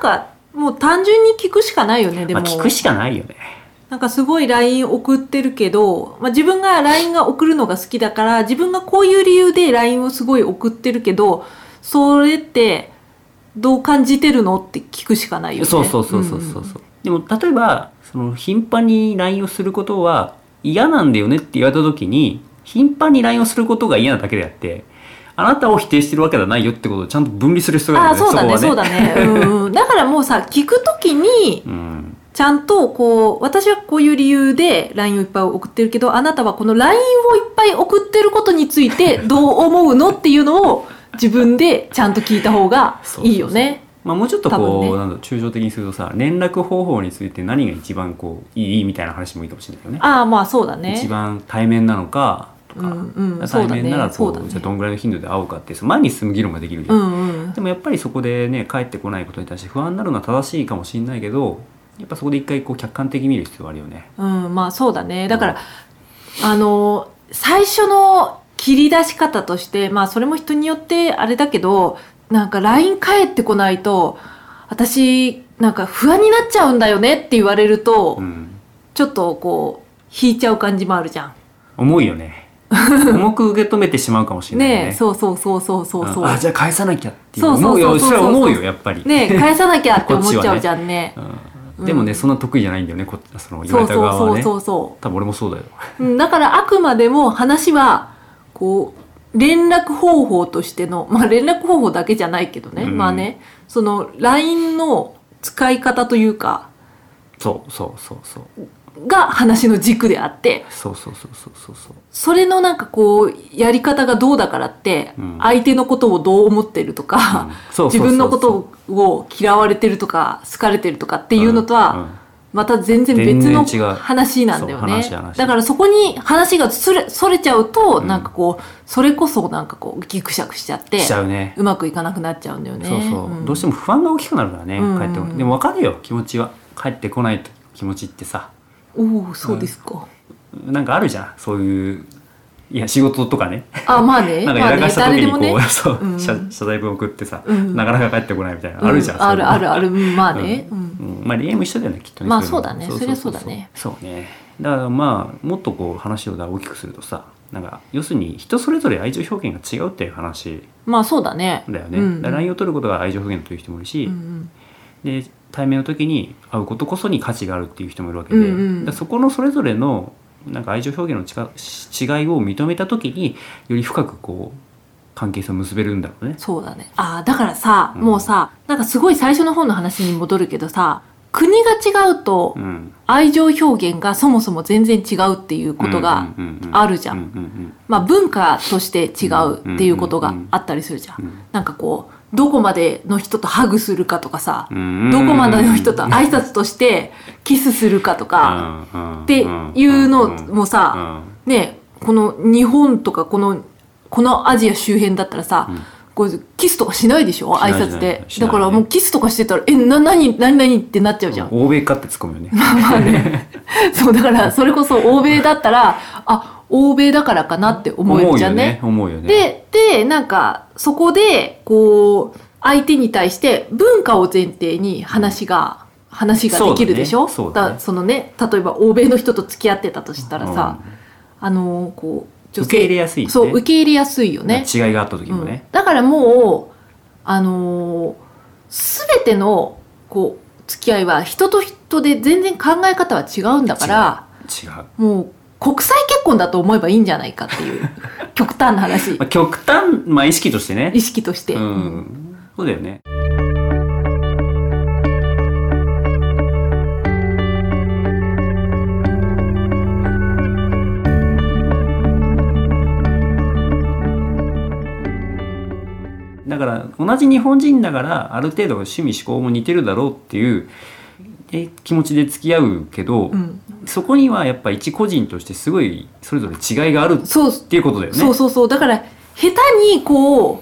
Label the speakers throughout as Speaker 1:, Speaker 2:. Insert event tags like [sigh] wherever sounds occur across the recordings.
Speaker 1: かもう単純に聞くしかないよねで
Speaker 2: ま
Speaker 1: も、
Speaker 2: あ、聞くしかないよね。
Speaker 1: なんかすごい LINE 送ってるけど、まあ、自分が LINE が送るのが好きだから自分がこういう理由で LINE をすごい送ってるけどそれってどう感じてるのって聞くしかないよね
Speaker 2: そうそうそうそうそうそう。でも例えばその頻繁に LINE をすることは嫌なんだよねって言われた時に頻繁に LINE をすることが嫌なだけであってあなたを否定してるわけではないよってことをちゃんと分離する必要が
Speaker 1: あ
Speaker 2: あ
Speaker 1: あ
Speaker 2: るよ
Speaker 1: そうだね
Speaker 2: こ
Speaker 1: そう
Speaker 2: は
Speaker 1: だねうんうんだからもうさ聞くときに
Speaker 2: うん
Speaker 1: ちゃんとこう私はこういう理由で LINE をいっぱい送ってるけどあなたはこの LINE をいっぱい送ってることについてどう思うのっていうのを自分でちゃんと聞いた方がいいよね。
Speaker 2: まあ、もうちょっと
Speaker 1: 多
Speaker 2: こ
Speaker 1: 分
Speaker 2: う、
Speaker 1: ね
Speaker 2: なんだろう抽象的にするとさ連絡方法について何が一番こういいみたいな話もいいかもしれないよね。
Speaker 1: ああまあそうだね。
Speaker 2: 一番対面なのかと
Speaker 1: う
Speaker 2: か、
Speaker 1: んうんそうだ
Speaker 2: 対
Speaker 1: ね
Speaker 2: 面ならこ
Speaker 1: そううだね
Speaker 2: じゃあどんぐらいの頻度で会おうかってその前に進む議論ができるじゃん
Speaker 1: うんうん
Speaker 2: でもやっぱりそこでね帰ってこないことに対して不安になるのは正しいかもしれないけどやっぱそこで一回こう客観的に見る必要があるよね。
Speaker 1: うん、まあそうだね。だから、あの、最初の切り出し方として、まあそれも人によってあれだけど、なんか LINE 返ってこないと、私、なんか不安になっちゃうんだよねって言われると、
Speaker 2: うん、
Speaker 1: ちょっとこう、引いちゃう感じもあるじゃん。
Speaker 2: 重い
Speaker 1: [laughs]
Speaker 2: よね重く受け止めてしまうかもしれないよね。
Speaker 1: ねえ、そうそうそうそうそうそううん
Speaker 2: あ。じゃあ返さなきゃっていう思
Speaker 1: そううそ
Speaker 2: よ
Speaker 1: うそうそう
Speaker 2: それは思うよやっぱり。
Speaker 1: ねえ、返さなきゃって思っ
Speaker 2: [laughs] こっち
Speaker 1: ち
Speaker 2: はね
Speaker 1: ゃうじゃんね。
Speaker 2: うん、でもね、そんな得意じゃないんだよねこその言
Speaker 1: そう
Speaker 2: われた
Speaker 1: そう
Speaker 2: 側は
Speaker 1: そ
Speaker 2: ね
Speaker 1: うそうそう。
Speaker 2: 多分俺もそうだよ。
Speaker 1: うんだからあくまでも話はこう連絡方法としてのまあ連絡方法だけじゃないけどね、
Speaker 2: うん
Speaker 1: まあねその LINE の使い方というか
Speaker 2: そうそうそうそう
Speaker 1: が話の軸であって
Speaker 2: そうそうそうそうそうそう
Speaker 1: それのなんかこうやり方がどうだからって、
Speaker 2: うん
Speaker 1: 相手のことをどう思ってるとか、
Speaker 2: うんそうそうそうそう
Speaker 1: [laughs] 自分のことを嫌われてるとか好かれてるとかっていうのとは、
Speaker 2: うんうん
Speaker 1: また全然別の
Speaker 2: 全然違う
Speaker 1: 話なんだよね
Speaker 2: そう話話
Speaker 1: だからそこに話がそれそれちゃうと、
Speaker 2: うん
Speaker 1: なんかこうそれこそなんかこうギクシャクしちゃって
Speaker 2: しちゃうね。
Speaker 1: うまくいかなくなっちゃうんだよね
Speaker 2: そうそう、
Speaker 1: ん
Speaker 2: どうしても不安が大きくなるからね、
Speaker 1: うん
Speaker 2: 帰ってこないでも分かるよ気持ちは帰ってこない気持ちってさ
Speaker 1: おおそうですか、
Speaker 2: なんかあるじゃんそういういや仕事とかね
Speaker 1: あまあね
Speaker 2: なんか
Speaker 1: ま
Speaker 2: や
Speaker 1: あ
Speaker 2: らか
Speaker 1: ね
Speaker 2: した
Speaker 1: 誰
Speaker 2: 時
Speaker 1: で
Speaker 2: に
Speaker 1: も
Speaker 2: こう、 [laughs]
Speaker 1: ね、
Speaker 2: そう、
Speaker 1: うん
Speaker 2: 謝謝罪文送ってさ、
Speaker 1: うん
Speaker 2: なかなか帰ってこないみたいな、
Speaker 1: うん
Speaker 2: あるじゃん
Speaker 1: あるあるあ
Speaker 2: る
Speaker 1: るうんまあね、うん
Speaker 2: うん、まあ DM 一緒だよねきっとね
Speaker 1: まあ
Speaker 2: れも
Speaker 1: そうだねそりゃそうだね
Speaker 2: そうねだからまあもっとこう話を大きくするとさなんか要するに人それぞれ愛情表現が違うっていう話
Speaker 1: まあそうだね
Speaker 2: だよね、
Speaker 1: うん
Speaker 2: だから LINE を取ることが愛情表現という人もいるし、
Speaker 1: うんうん
Speaker 2: で対面の時に会うことこそに価値があるっていう人もいるわけで、
Speaker 1: うんうん
Speaker 2: だからそこのそれぞれのなんか愛情表現のちかし違いを認めた時により深くこう関係性を結べるんだろうね。
Speaker 1: そうだねああだからさ、
Speaker 2: うん
Speaker 1: もうさなんかすごい最初の方の話に戻るけどさ国が違うと、
Speaker 2: うん、
Speaker 1: 愛情表現がそもそも全然違うっていうことが、あるじゃん
Speaker 2: ううん
Speaker 1: まあ、文化として違うっていうことがあったりするじゃん。
Speaker 2: うんうん
Speaker 1: なんかこうどこまでの人とハグするかとかさ、
Speaker 2: うんうん
Speaker 1: どこまでの人と挨拶としてキスするかとか、っていうのもさ、ねこの日本とかこのこのアジア周辺だったらさ、
Speaker 2: うん
Speaker 1: こうキスとかしないでしょ
Speaker 2: しない
Speaker 1: 挨拶
Speaker 2: しない
Speaker 1: で
Speaker 2: しない
Speaker 1: だからもうキスとかしてたら「えな何何何?」ってなっちゃうじゃん。
Speaker 2: 欧米かって突っ込むよね。
Speaker 1: [laughs] そう、だから、それこそ欧米だったら、あ、欧米だからかなって思えるじゃんね。
Speaker 2: [laughs] 思うよね。思うよね、
Speaker 1: で、で、なんか、そこで、こう、相手に対して文化を前提に話が、話ができるでしょ
Speaker 2: そうだねそうだね
Speaker 1: そのね、例えば欧米の人と付き合ってたとしたらさ、あのーこう、
Speaker 2: 受け入れやすいよね
Speaker 1: そう、受け入れやすいよ
Speaker 2: うん、
Speaker 1: ね。
Speaker 2: 違いがあった時もね
Speaker 1: う。んだからもうあのす、べてのこう付き合いは人と人で全然考え方は違うんだから
Speaker 2: 違う。ま
Speaker 1: もう国際結婚だと思えばいいんじゃないかっていう極端な
Speaker 2: [laughs]
Speaker 1: 話
Speaker 2: あ、極端、まあ、意識としてね。
Speaker 1: 意識として、
Speaker 2: うん、そうだよね。だから同じ日本人だからある程度趣味思考も似てるだろうっていうえ気持ちで付き合うけど、
Speaker 1: うん
Speaker 2: そこにはやっぱ一個人としてすごいそれぞれ違いがあるっ
Speaker 1: そう
Speaker 2: ていうことだよね。
Speaker 1: そうそうそうだから下手にこう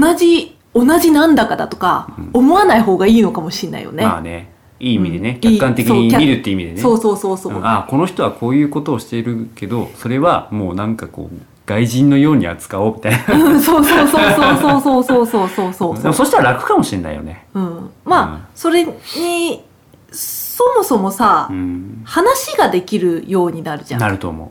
Speaker 1: 同じ同じなんだかだとか
Speaker 2: うん
Speaker 1: 思わない方がいいのかもしれないよね。
Speaker 2: まあねいい意味でね、
Speaker 1: うんいい
Speaker 2: 客観的
Speaker 1: そう
Speaker 2: に
Speaker 1: 客
Speaker 2: 見るっていう意味でね
Speaker 1: そうそうそうそう、
Speaker 2: うんあこの人はこういうことをしているけどそれはもうなんかこう外人のように扱おうみたいな。
Speaker 1: うんそうそうそうそうそうそうそうそうそうそ
Speaker 2: で
Speaker 1: う
Speaker 2: もそしたら楽かもしれないよね。
Speaker 1: うん、まあ、
Speaker 2: うん
Speaker 1: それにそもそもさ、
Speaker 2: うん。
Speaker 1: 話ができるようになるじゃん
Speaker 2: なると思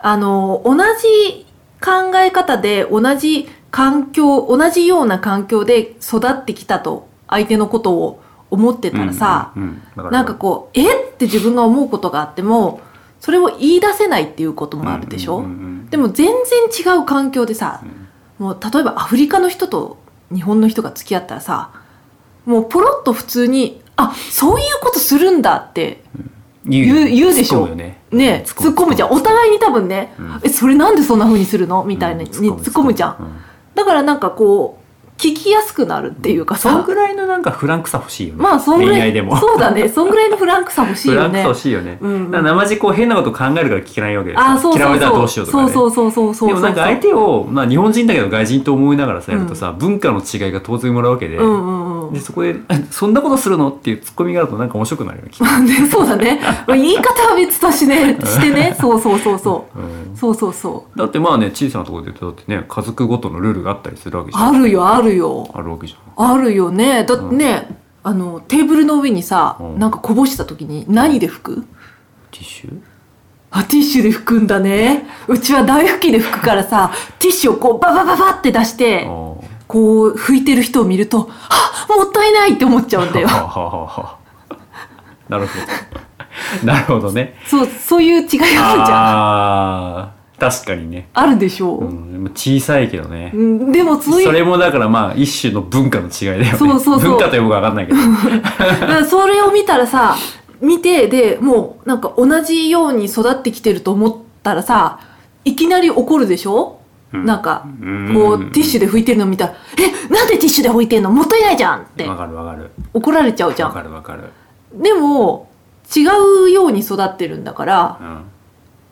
Speaker 1: あの同じ考え方で同じ環境同じような環境で育ってきたと相手のことを思って
Speaker 2: う。
Speaker 1: たらさ、
Speaker 2: うん、うんう
Speaker 1: なんかこう「えっ?」て自分が思うことがあってもそれを言い出せないっていうこともあるでしょ、
Speaker 2: うんうんうんうん
Speaker 1: でも全然違う環境でさ、
Speaker 2: うん
Speaker 1: もう例えばアフリカの人と日本の人が付き合ったらさもうポロッと普通に「あそういうことするんだ」って
Speaker 2: 言
Speaker 1: 言う言うでしょ
Speaker 2: 突っ込むよね。
Speaker 1: ね突っ込むじゃんお互いに多分ね「
Speaker 2: うん
Speaker 1: えそれなんでそんな風にするの?」み
Speaker 2: み
Speaker 1: たいなに突っ込むじゃん、。だからなんかこう聞きやすくなるっていうか
Speaker 2: そん
Speaker 1: さ
Speaker 2: ぐらいのなんかフランクさ欲しいよね。
Speaker 1: まあそんぐらい
Speaker 2: 恋愛でも。
Speaker 1: そうだねそんぐらいのフランクさ欲しい
Speaker 2: フラ
Speaker 1: よ
Speaker 2: ンクさ
Speaker 1: ね
Speaker 2: 欲しいよね。
Speaker 1: うん
Speaker 2: だから生地こう変なこと考えるから聞けないわけですよ
Speaker 1: あそう
Speaker 2: 嫌わ
Speaker 1: そう
Speaker 2: れたらどうし
Speaker 1: そ
Speaker 2: よ
Speaker 1: う
Speaker 2: うとか
Speaker 1: そう
Speaker 2: ね。
Speaker 1: そうそうそうそう
Speaker 2: でもなんか相手を、まあ、日本人だけど外人と思いながらさやるとさ、文化の違いが当然生まれるわけで,、
Speaker 1: うんうんうん
Speaker 2: でそこで「 [laughs] そんなことするの?」っていうツッコミがあるとなんか面白くなるよね
Speaker 1: [laughs]
Speaker 2: きっ
Speaker 1: ね、そうだね。まあ言い方は別としね、して
Speaker 2: [laughs]
Speaker 1: ね。そうそうそうそ
Speaker 2: と、うん
Speaker 1: う。そうそうそう。
Speaker 2: だってまあね小さなところで言うとだってね家族ごとのルールがあったりするわけじゃん
Speaker 1: あるよ、あるよ。
Speaker 2: あるわけじゃん
Speaker 1: あるよね。だってね、あの、テーブルの上にさ、
Speaker 2: うん
Speaker 1: なんかこぼした時に何で拭く
Speaker 2: ティッシュ
Speaker 1: あ、ティッシュで拭くんだね。うちは大拭きで拭くからさ、ティッシュをこうババババって出して、
Speaker 2: あ
Speaker 1: こう拭いてる人を見ると、あもったいないって思っちゃうんだ
Speaker 2: あ
Speaker 1: よ。
Speaker 2: はあはあはあ [laughs] なるほど [laughs] なるほどね
Speaker 1: そう、 [laughs] そういう違いがあるじゃん。あ
Speaker 2: ああ確かにね、
Speaker 1: るでしょ
Speaker 2: う
Speaker 1: う、
Speaker 2: ん、でも小さいけどね、
Speaker 1: うん。でもそういう
Speaker 2: それもだからまあ一種の文化の違いだよね
Speaker 1: そうそうそう
Speaker 2: 文化とよくわかんないけど
Speaker 1: だからそれを見たらさ見てでもうなんか同じように育ってきてると思ったらさいきなり怒るでしょ、
Speaker 2: うん
Speaker 1: なんか
Speaker 2: う
Speaker 1: [laughs]
Speaker 2: ん
Speaker 1: こうティッシュで拭いてるの見たら「えなんでティッシュで拭いてんのもったいないじゃん!」って
Speaker 2: わかるわかる
Speaker 1: 怒られちゃうじゃ
Speaker 2: わか
Speaker 1: ん
Speaker 2: るわかる、
Speaker 1: でも違うように育ってるんだから
Speaker 2: うん、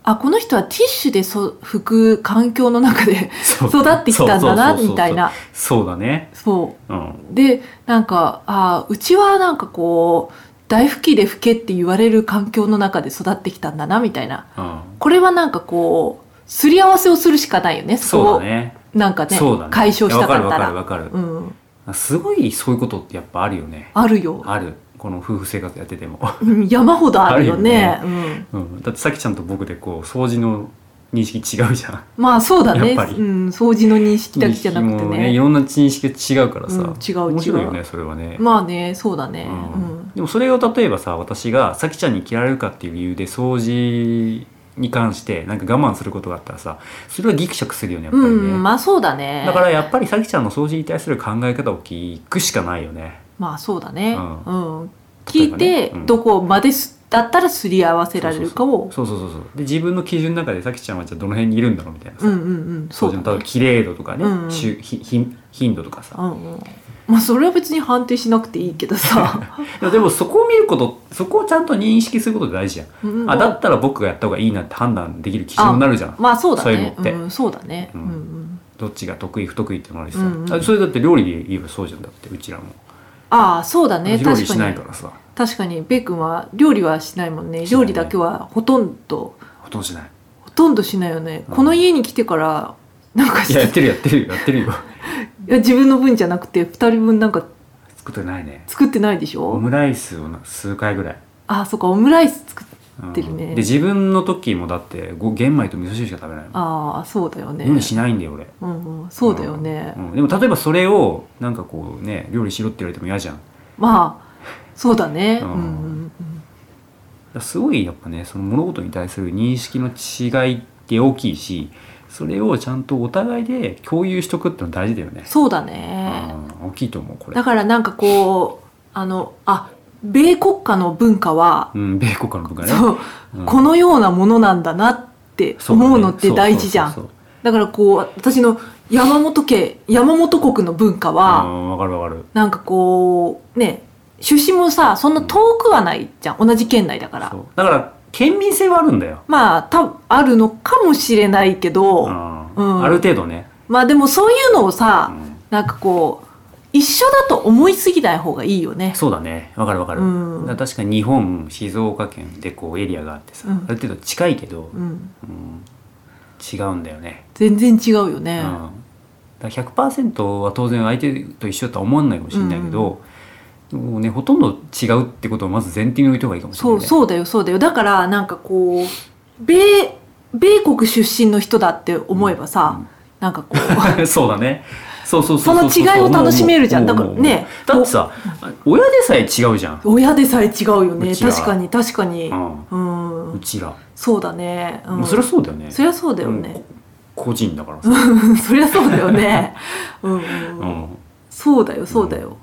Speaker 1: あこの人はティッシュでそ拭く環境の中で
Speaker 2: そ
Speaker 1: [laughs]
Speaker 2: う
Speaker 1: 育ってきたんだなみたいな
Speaker 2: そうそうそうそうそうだね
Speaker 1: そう
Speaker 2: うん
Speaker 1: でなんかあーうちはなんかこう大吹きで吹けって言われる環境の中で育ってきたんだなみたいな
Speaker 2: うん
Speaker 1: これはなんかこうすり合わせをするしかないよねそこ
Speaker 2: そ
Speaker 1: を
Speaker 2: うだね
Speaker 1: なんかね
Speaker 2: そうだね
Speaker 1: 解消したかった
Speaker 2: いやわ
Speaker 1: ら
Speaker 2: かるわかるわか
Speaker 1: うん
Speaker 2: るすごいそういうことってやっぱあるよね
Speaker 1: あるよ
Speaker 2: あるこの夫婦生活やってても、
Speaker 1: うん山ほどあるよね
Speaker 2: あ
Speaker 1: うん、
Speaker 2: うん、だってさきちゃんと僕でこう掃除の認識違うじゃん
Speaker 1: まあそうだね、う
Speaker 2: やっ
Speaker 1: ん
Speaker 2: ぱり、
Speaker 1: 掃除の認識だけじゃなくて
Speaker 2: 認識も
Speaker 1: ね
Speaker 2: いろんな認識が違うからさ、
Speaker 1: うん違う
Speaker 2: 面白い
Speaker 1: 違
Speaker 2: よ
Speaker 1: う
Speaker 2: ねそれはね、
Speaker 1: まあねそうだね
Speaker 2: う
Speaker 1: うん
Speaker 2: んでもそれを例えばさ私がさきちゃんに嫌われるかっていう理由で掃除に関してなんか我慢することがあったらさそれはギクシャクするよねやっぱ
Speaker 1: う
Speaker 2: りね、
Speaker 1: んまあそうだね
Speaker 2: だからやっぱりさきちゃんの掃除に対する考え方を聞くしかないよね
Speaker 1: まあそうだね、
Speaker 2: う
Speaker 1: うん
Speaker 2: 例
Speaker 1: 聞
Speaker 2: え
Speaker 1: い
Speaker 2: ばね
Speaker 1: て、
Speaker 2: うん
Speaker 1: どこまですだったらすり合わせられるかを
Speaker 2: そうそうそうそうで自分の基準の中でさきちゃんはじゃあどの辺にいるんだろうみたいなさ、
Speaker 1: うんうんうんそう
Speaker 2: 掃除
Speaker 1: だね
Speaker 2: の例えば綺麗度とかね、
Speaker 1: うんうん
Speaker 2: しゅひひ頻度とか
Speaker 1: う
Speaker 2: さ、
Speaker 1: んうんまあそれは別に判定しなくていいけど
Speaker 2: [laughs]
Speaker 1: さ
Speaker 2: でもそこを見ることそこをちゃんと認識すること大事じゃん、
Speaker 1: うんうん
Speaker 2: あだったら僕がやった方がいいなって判断できる基準になるじゃん
Speaker 1: まあそうだ
Speaker 2: そういうの
Speaker 1: ね
Speaker 2: っ
Speaker 1: う
Speaker 2: て
Speaker 1: んそうだねう
Speaker 2: うんん
Speaker 1: うん
Speaker 2: どっちが得意不得意ってのもあるしさ、
Speaker 1: うんうん
Speaker 2: あそれだって料理で言えばそうじゃんだってうちらも、
Speaker 1: ああそうだね
Speaker 2: 料
Speaker 1: 確
Speaker 2: 理し
Speaker 1: か
Speaker 2: ない
Speaker 1: に
Speaker 2: からさ
Speaker 1: 確かにベイ君は料理はしないもんね
Speaker 2: しない
Speaker 1: 料
Speaker 2: ね
Speaker 1: 理だけはほとんど
Speaker 2: ほとんど
Speaker 1: [laughs]
Speaker 2: しない
Speaker 1: ほとんどしないよね
Speaker 2: うん
Speaker 1: この家に来てからなんかし
Speaker 2: いややってるやってるよや [laughs] ってるよ
Speaker 1: いや [laughs] 自分の分じゃなくて2人分なんか
Speaker 2: 作ってないね
Speaker 1: 作ってないでし
Speaker 2: オ
Speaker 1: ょ
Speaker 2: ムライスをな数回ぐらい、
Speaker 1: ああそっかオムライス作っ
Speaker 2: うん
Speaker 1: てるね
Speaker 2: で自分の時もだってご玄米と味噌汁しか食べないの
Speaker 1: ああそうだよね
Speaker 2: 料理しないんだよ俺
Speaker 1: うんうん、そうだよね、
Speaker 2: うんうんでも例えばそれをなんかこうね料理しろって言われても嫌じゃんだか
Speaker 1: まあそうだね、う
Speaker 2: うんん
Speaker 1: うん
Speaker 2: らすごいやっぱねその物事に対する認識の違いって大きいしそれをちゃんとお互いで共有しとくっての大事だよね
Speaker 1: うん、そうだね、
Speaker 2: うん大きいと思うこれ
Speaker 1: だからなんかこうあのあ米国家の文化は、
Speaker 2: うん、米国からの文化ね。
Speaker 1: そう、
Speaker 2: うん
Speaker 1: このようなものなんだなって
Speaker 2: そうだね
Speaker 1: 思うのって大事じゃん、
Speaker 2: そうそう
Speaker 1: だからこう私の山本家山本国の文化
Speaker 2: そうう
Speaker 1: は、
Speaker 2: んわかるわかる。
Speaker 1: なんかこうね出身もさそんな遠くはないじゃん同じ県内だから
Speaker 2: そうだから、県民性はあるんだよ。
Speaker 1: まあたあるのかもしれないけど、
Speaker 2: うん
Speaker 1: うん
Speaker 2: ある程度ね。
Speaker 1: まあでもそういうのをさ、
Speaker 2: うん
Speaker 1: なんかこう、一緒だと思いすぎない方がいいよね。
Speaker 2: そうだね。わかるわかる。
Speaker 1: うん
Speaker 2: だから確かに日本、静岡県でこうエリアがあってさ、
Speaker 1: うん
Speaker 2: ある程度近いけど、
Speaker 1: うん。
Speaker 2: うん違うんだよね。
Speaker 1: 全然違うよ
Speaker 2: う
Speaker 1: ね。
Speaker 2: ん、だから100%は当然相手と一緒だとは思わないかもしれないけど、でもねほとんど違うってことをまず前提に置いた方がいいかもしれな
Speaker 1: そ
Speaker 2: いうね。
Speaker 1: そうだよそうだよだからなんかこう米米国出身の人だって思えばさ、
Speaker 2: うん
Speaker 1: なんかこう [laughs]
Speaker 2: [laughs] そうだね。そうそう
Speaker 1: そうの
Speaker 2: うう
Speaker 1: 違いを楽しめるじゃん
Speaker 2: 思う
Speaker 1: だからね
Speaker 2: 思うだってさ、親でさえ違うじゃん。
Speaker 1: 親でさえ違うよね
Speaker 2: うちら
Speaker 1: 確かに確かに
Speaker 2: う、ん。
Speaker 1: うん
Speaker 2: うちら。
Speaker 1: そうだね、うん
Speaker 2: もうそりゃそうだよね。
Speaker 1: そりゃそうだよ
Speaker 2: うん
Speaker 1: ね、
Speaker 2: こ個人だからさ。
Speaker 1: [laughs] そりゃそうだよ
Speaker 2: [laughs]
Speaker 1: ね、うんうん
Speaker 2: う
Speaker 1: うん
Speaker 2: ん。
Speaker 1: そうだよそうだよ、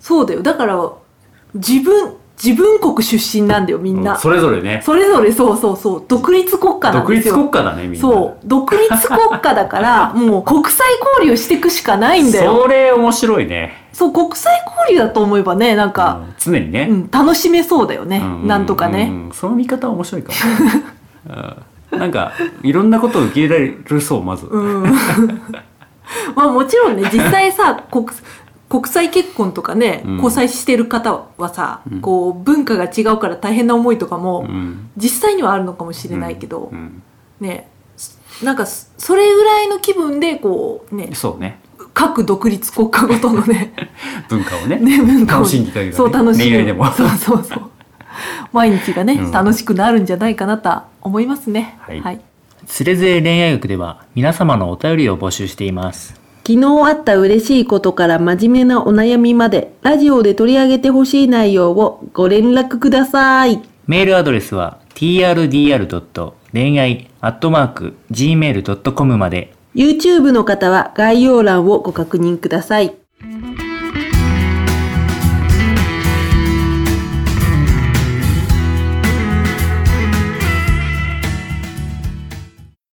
Speaker 1: そうだよだから自分自分国出身なんだよみんな、
Speaker 2: うんそれぞれね。
Speaker 1: それぞれそうそうそう独立国家なん
Speaker 2: 独
Speaker 1: です
Speaker 2: 立
Speaker 1: よ
Speaker 2: 国家だね、みんな。
Speaker 1: そう独立国家だから
Speaker 2: [laughs]
Speaker 1: もう国際交流していくしかないんだよ
Speaker 2: それ面白いね。
Speaker 1: そう国際交流だと思えばねなんか、
Speaker 2: うん常に
Speaker 1: う
Speaker 2: ね。
Speaker 1: ん楽しめそうだよね、
Speaker 2: ううう
Speaker 1: なんとかね、
Speaker 2: うんその見方は面白いかも。うんなんか、いろんなことを受け入れられるそう、まず。
Speaker 1: うん [laughs] まあもちろんね実際さ国国際結婚とかね、
Speaker 2: うん
Speaker 1: 交際してる方はさ、
Speaker 2: うん
Speaker 1: こう文化が違うから大変な思いとかも、
Speaker 2: うん
Speaker 1: 実際にはあるのかもしれないけど、
Speaker 2: うん
Speaker 1: ねすなんかそそれぐらいの気分でこうね
Speaker 2: そうね。
Speaker 1: 各独立国家ごとの
Speaker 2: [laughs]
Speaker 1: ね
Speaker 2: 文化をね。
Speaker 1: ね文化を
Speaker 2: 楽しんでいただけたらね
Speaker 1: そう楽しむ
Speaker 2: 恋愛でも。
Speaker 1: そうそうそう [laughs] 毎日がね、
Speaker 2: うん
Speaker 1: 楽しくなるんじゃないかなとは思いますね
Speaker 2: はい
Speaker 1: はい
Speaker 3: つれづれ恋愛学では皆様のお便りを募集しています。
Speaker 4: 昨日あった嬉しいことから真面目なお悩みまで、ラジオで取り上げてほしい内容をご連絡ください。
Speaker 3: メールアドレスは trdr. 恋愛 gmail.com まで
Speaker 4: YouTube の方は概要欄をご確認ください。